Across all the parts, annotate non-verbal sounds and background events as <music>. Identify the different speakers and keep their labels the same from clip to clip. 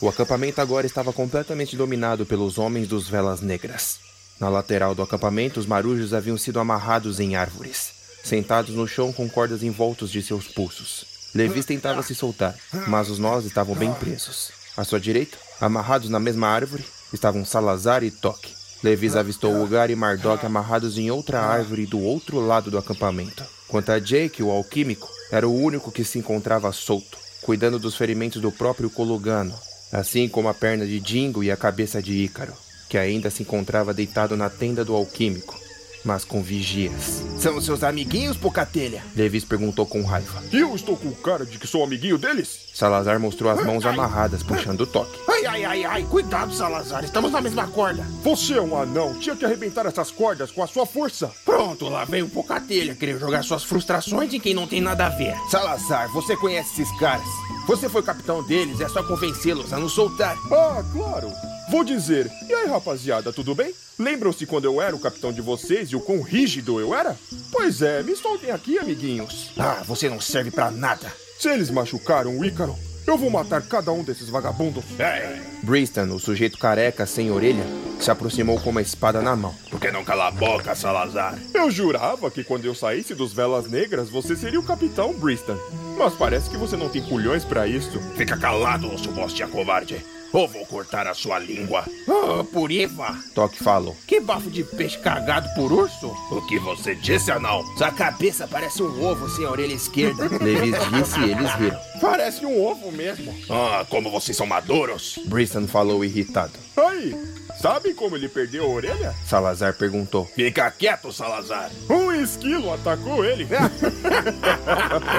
Speaker 1: O acampamento agora estava completamente dominado pelos homens dos Velas Negras. Na lateral do acampamento, os marujos haviam sido amarrados em árvores, sentados no chão com cordas envoltos de seus pulsos. Levis tentava se soltar, mas os nós estavam bem presos. À sua direita, amarrados na mesma árvore, estavam Salazar e Toque. Levis avistou Ugar e Mardok amarrados em outra árvore do outro lado do acampamento. Quanto a Jake, o alquímico, era o único que se encontrava solto, cuidando dos ferimentos do próprio Colugano, assim como a perna de Dingo e a cabeça de Ícaro, que ainda se encontrava deitado na tenda do alquímico, mas com vigias.
Speaker 2: São seus amiguinhos, Pocatelha?
Speaker 1: Levis perguntou com raiva.
Speaker 3: Eu estou com cara de que sou amiguinho deles?
Speaker 1: Salazar mostrou as mãos amarradas, puxando o toque.
Speaker 2: Ai, ai, ai, ai, cuidado, Salazar, estamos na mesma corda.
Speaker 3: Você é um anão, tinha que arrebentar essas cordas com a sua força.
Speaker 2: Pronto, lá veio o Pocatelha, querer jogar suas frustrações em quem não tem nada a ver. Salazar, você conhece esses caras. Você foi capitão deles, é só convencê-los a nos soltar.
Speaker 3: Ah, claro. Vou dizer, e aí rapaziada, tudo bem? Lembram-se quando eu era o capitão de vocês e o quão rígido eu era? Pois é, me soltem aqui, amiguinhos.
Speaker 2: Ah, você não serve pra nada.
Speaker 3: Se eles machucaram o Ícaro, eu vou matar cada um desses vagabundos.
Speaker 1: É. Briston, o sujeito careca sem orelha, se aproximou com uma espada na mão.
Speaker 4: Por que não cala a boca, Salazar?
Speaker 3: Eu jurava que quando eu saísse dos Velas Negras, você seria o capitão, Briston. Mas parece que você não tem culhões para isso.
Speaker 4: Fica calado, seu bostia covarde. Ou vou cortar a sua língua.
Speaker 2: Ah, puriva!
Speaker 1: Toque falou.
Speaker 2: Que bafo de peixe cagado por urso!
Speaker 4: O que você disse, anão?
Speaker 2: Sua cabeça parece um ovo sem a orelha esquerda.
Speaker 1: Levis disse e eles riram.
Speaker 3: <laughs> Parece um ovo mesmo.
Speaker 4: Ah, como vocês são maduros!
Speaker 1: Briston falou irritado.
Speaker 3: Aí, sabe como ele perdeu a orelha?
Speaker 1: Salazar perguntou.
Speaker 4: Fica quieto, Salazar!
Speaker 3: Um esquilo atacou ele.
Speaker 2: <laughs>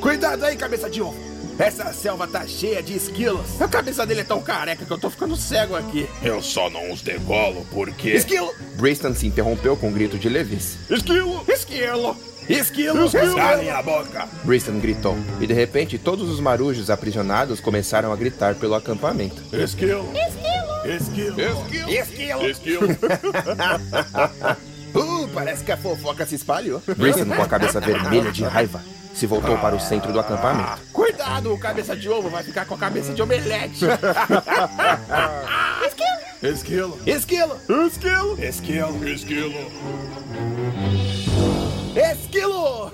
Speaker 2: Cuidado aí, cabeça de ovo! Essa selva tá cheia de esquilos. A cabeça dele é tão careca que eu tô ficando cego aqui.
Speaker 4: Eu só não os degolo porque.
Speaker 2: Esquilo!
Speaker 1: Briston se interrompeu com um grito de Levis.
Speaker 3: Esquilo!
Speaker 2: Esquilo! Esquilo!
Speaker 4: Calem a boca!
Speaker 1: Briston gritou. E de repente, todos os marujos aprisionados começaram a gritar pelo acampamento.
Speaker 3: Esquilo!
Speaker 4: Esquilo!
Speaker 2: Esquilo! Esquilo!
Speaker 4: Esquilo!
Speaker 2: Uh, parece que a fofoca se espalhou.
Speaker 1: Briston, com a cabeça vermelha de raiva, se voltou para o centro do acampamento.
Speaker 2: Cuidado, o cabeça de ovo vai ficar com a cabeça de
Speaker 1: <laughs>
Speaker 2: omelete.
Speaker 4: Esquilo!
Speaker 2: Esquilo!
Speaker 3: Esquilo!
Speaker 4: Esquilo! Esquilo!
Speaker 2: Esquilo!